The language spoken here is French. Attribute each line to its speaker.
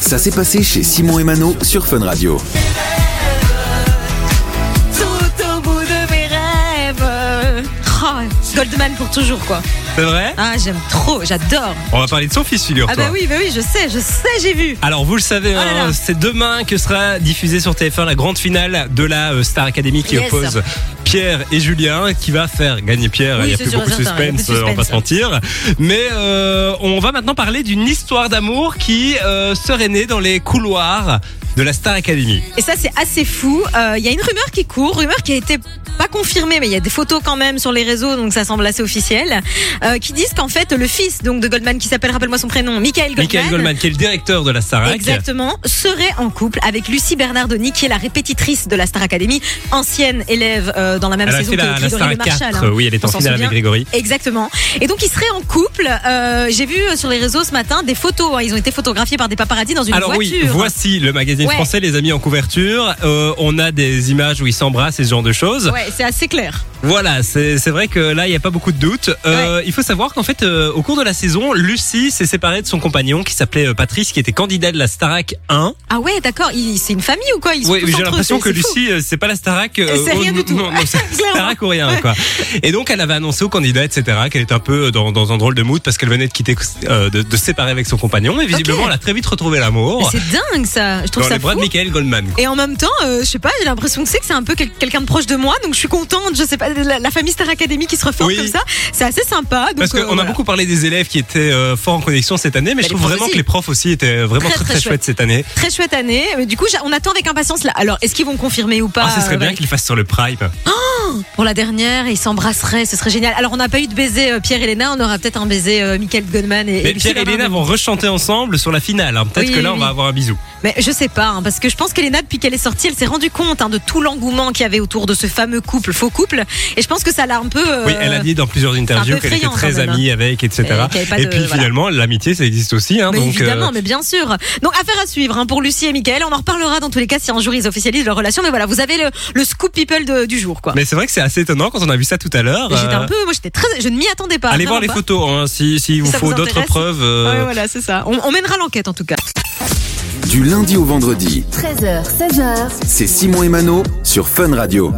Speaker 1: Ça s'est passé chez Simon et Mano sur Fun Radio.
Speaker 2: Tout au bout de mes rêves. Oh, Goldman pour toujours, quoi.
Speaker 3: C'est vrai
Speaker 2: Ah, j'aime trop, j'adore.
Speaker 3: On va parler de son fils, figure-toi.
Speaker 2: Ah, bah oui, bah oui, je sais, je sais, j'ai vu.
Speaker 3: Alors vous le savez,
Speaker 2: là
Speaker 3: hein,
Speaker 2: là.
Speaker 3: c'est demain que sera diffusée sur TF1 la grande finale de la euh, Star Academy qui
Speaker 2: Yes.
Speaker 3: oppose Pierre et Julien, qui va faire gagner Pierre.
Speaker 2: Oui,
Speaker 3: il n'y a
Speaker 2: c'est
Speaker 3: plus
Speaker 2: sûr,
Speaker 3: beaucoup de
Speaker 2: certain, il y a
Speaker 3: suspense,
Speaker 2: plus de
Speaker 3: euh, on va pas se mentir. Mais euh, on va maintenant parler d'une histoire d'amour qui euh, serait née dans les couloirs de la Star Academy.
Speaker 2: Et ça, c'est assez fou. Euh, Il y a une rumeur qui court, rumeur qui a été pas confirmée, mais il y a des photos quand même sur les réseaux, donc ça semble assez officiel, euh, qui disent qu'en fait, le fils donc de Goldman, qui s'appelle, rappelle-moi son prénom, Michael Goldman.
Speaker 3: Michael Goldman, qui est le directeur de la Starac.
Speaker 2: Exactement, serait en couple avec Lucie Bernardoni, qui est la répétitrice de la Star Academy, ancienne élève euh, dans la même
Speaker 3: Elle a
Speaker 2: saison
Speaker 3: fait
Speaker 2: que
Speaker 3: la, la
Speaker 2: Grégory
Speaker 3: Star
Speaker 2: Le Marchal.
Speaker 3: 4.
Speaker 2: hein.
Speaker 3: Oui, elle est en
Speaker 2: On s'en
Speaker 3: finale avec
Speaker 2: souvient.
Speaker 3: Grégory.
Speaker 2: Exactement. Et donc ils seraient en couple. Euh, J'ai vu euh, sur les réseaux ce matin des photos. hein. Ils ont été photographiés par des paparazzis dans une
Speaker 3: Alors
Speaker 2: voiture.
Speaker 3: oui, voici le magazine
Speaker 2: Ouais.
Speaker 3: français, les amis en couverture. Euh, on a des images où ils s'embrassent et ce genre de choses.
Speaker 2: Ouais, c'est assez clair.
Speaker 3: Voilà, c'est c'est vrai que là, il n'y a pas beaucoup de doutes. Euh, Il faut savoir qu'en fait, euh, au cours de la saison, Lucie s'est séparée de son compagnon qui s'appelait euh, Patrice, qui était candidat de la Starac 1.
Speaker 2: Ah ouais, d'accord. Ils- C'est une famille ou quoi Ils sont
Speaker 3: Oui,
Speaker 2: tous
Speaker 3: j'ai
Speaker 2: entre eux,
Speaker 3: l'impression
Speaker 2: c'est-
Speaker 3: que
Speaker 2: c'est fou.
Speaker 3: Lucie, euh, c'est pas la Starac. euh,
Speaker 2: C'est
Speaker 3: oh,
Speaker 2: rien du
Speaker 3: non,
Speaker 2: tout.
Speaker 3: Non, non, c'est
Speaker 2: Clairement.
Speaker 3: Starac ou rien, quoi. Et donc, elle avait annoncé au candidat, etc., qu'elle était un peu euh, dans, dans un drôle de mood parce qu'elle venait de quitter, euh, de, de se séparer avec son compagnon. Et visiblement, elle a très vite retrouvé
Speaker 2: Mais
Speaker 3: l'amour
Speaker 2: C'est dingue ça. Je trouve
Speaker 3: dans
Speaker 2: ça
Speaker 3: les bras
Speaker 2: fou.
Speaker 3: de Michael Goldman.
Speaker 2: Et en même temps, euh, je sais pas, j'ai l'impression que c'est que c'est un peu quel- quelqu'un de proche de moi, donc je suis contente. Je sais pas, la, la famille Star Academy qui se reforme
Speaker 3: Oui.
Speaker 2: comme ça, c'est assez sympa. Donc,
Speaker 3: Parce qu'on
Speaker 2: euh,
Speaker 3: a
Speaker 2: voilà.
Speaker 3: beaucoup parlé des élèves qui étaient euh, forts en connexion cette année, mais,
Speaker 2: les
Speaker 3: je trouve
Speaker 2: profs
Speaker 3: vraiment
Speaker 2: aussi.
Speaker 3: que les profs aussi étaient vraiment très
Speaker 2: Très,
Speaker 3: très,
Speaker 2: très
Speaker 3: chouettes cette année.
Speaker 2: Très chouette année. Mais du coup, j'a- on attend avec impatience là. Alors, est-ce qu'ils vont confirmer ou pas
Speaker 3: Ah, ce serait
Speaker 2: euh,
Speaker 3: bien
Speaker 2: Valérie
Speaker 3: qu'ils le fassent sur le Prime.
Speaker 2: Pour la dernière, ils s'embrasseraient, ce serait génial. Alors, on n'a pas eu de baiser euh, Pierre et Léna, on aura peut-être un baiser euh, Michael Goldman et,
Speaker 3: Mais
Speaker 2: et Lucie
Speaker 3: Pierre et Léna
Speaker 2: Bernard.
Speaker 3: vont rechanter ensemble sur la finale. hein. Peut-être
Speaker 2: Oui,
Speaker 3: que là,
Speaker 2: oui,
Speaker 3: on va
Speaker 2: oui.
Speaker 3: avoir un bisou.
Speaker 2: Mais je sais pas, hein, parce que je pense qu'Elena, depuis qu'elle est sortie, elle s'est rendue compte hein, de tout l'engouement qu'il y avait autour de ce fameux couple, faux couple. Et je pense que ça l'a un peu. euh,
Speaker 3: Oui, elle a dit dans plusieurs interviews
Speaker 2: peu
Speaker 3: qu'elle était
Speaker 2: effrayant,
Speaker 3: très
Speaker 2: quand même,
Speaker 3: amie avec, etc.
Speaker 2: Et qu'il y avait pas
Speaker 3: Et
Speaker 2: de-
Speaker 3: puis
Speaker 2: voilà.
Speaker 3: finalement, l'amitié, ça existe aussi. hein,
Speaker 2: Mais
Speaker 3: donc, euh,
Speaker 2: évidemment, mais bien sûr. Donc affaire à suivre hein, pour Lucie et Michael. On en reparlera dans tous les cas si un jour ils officialisent leur relation. Mais voilà, vous avez le, le scoop people de- du jour, quoi.
Speaker 3: mais c'est vrai que c'est assez étonnant quand on a vu ça tout à l'heure.
Speaker 2: Mais J'étais
Speaker 3: Euh,
Speaker 2: un peu, moi j'étais très, je ne m'y attendais pas.
Speaker 3: Allez
Speaker 2: vraiment
Speaker 3: voir les
Speaker 2: pas.
Speaker 3: photos hein, si, si vous
Speaker 2: ça
Speaker 3: faut
Speaker 2: vous
Speaker 3: d'autres
Speaker 2: intéresse
Speaker 3: preuves. euh,
Speaker 2: Ouais, voilà, c'est ça. On, on mènera l'enquête en tout cas.
Speaker 1: Du lundi au vendredi,
Speaker 4: 13h, 16h,
Speaker 1: c'est Simon et Mano sur Fun Radio.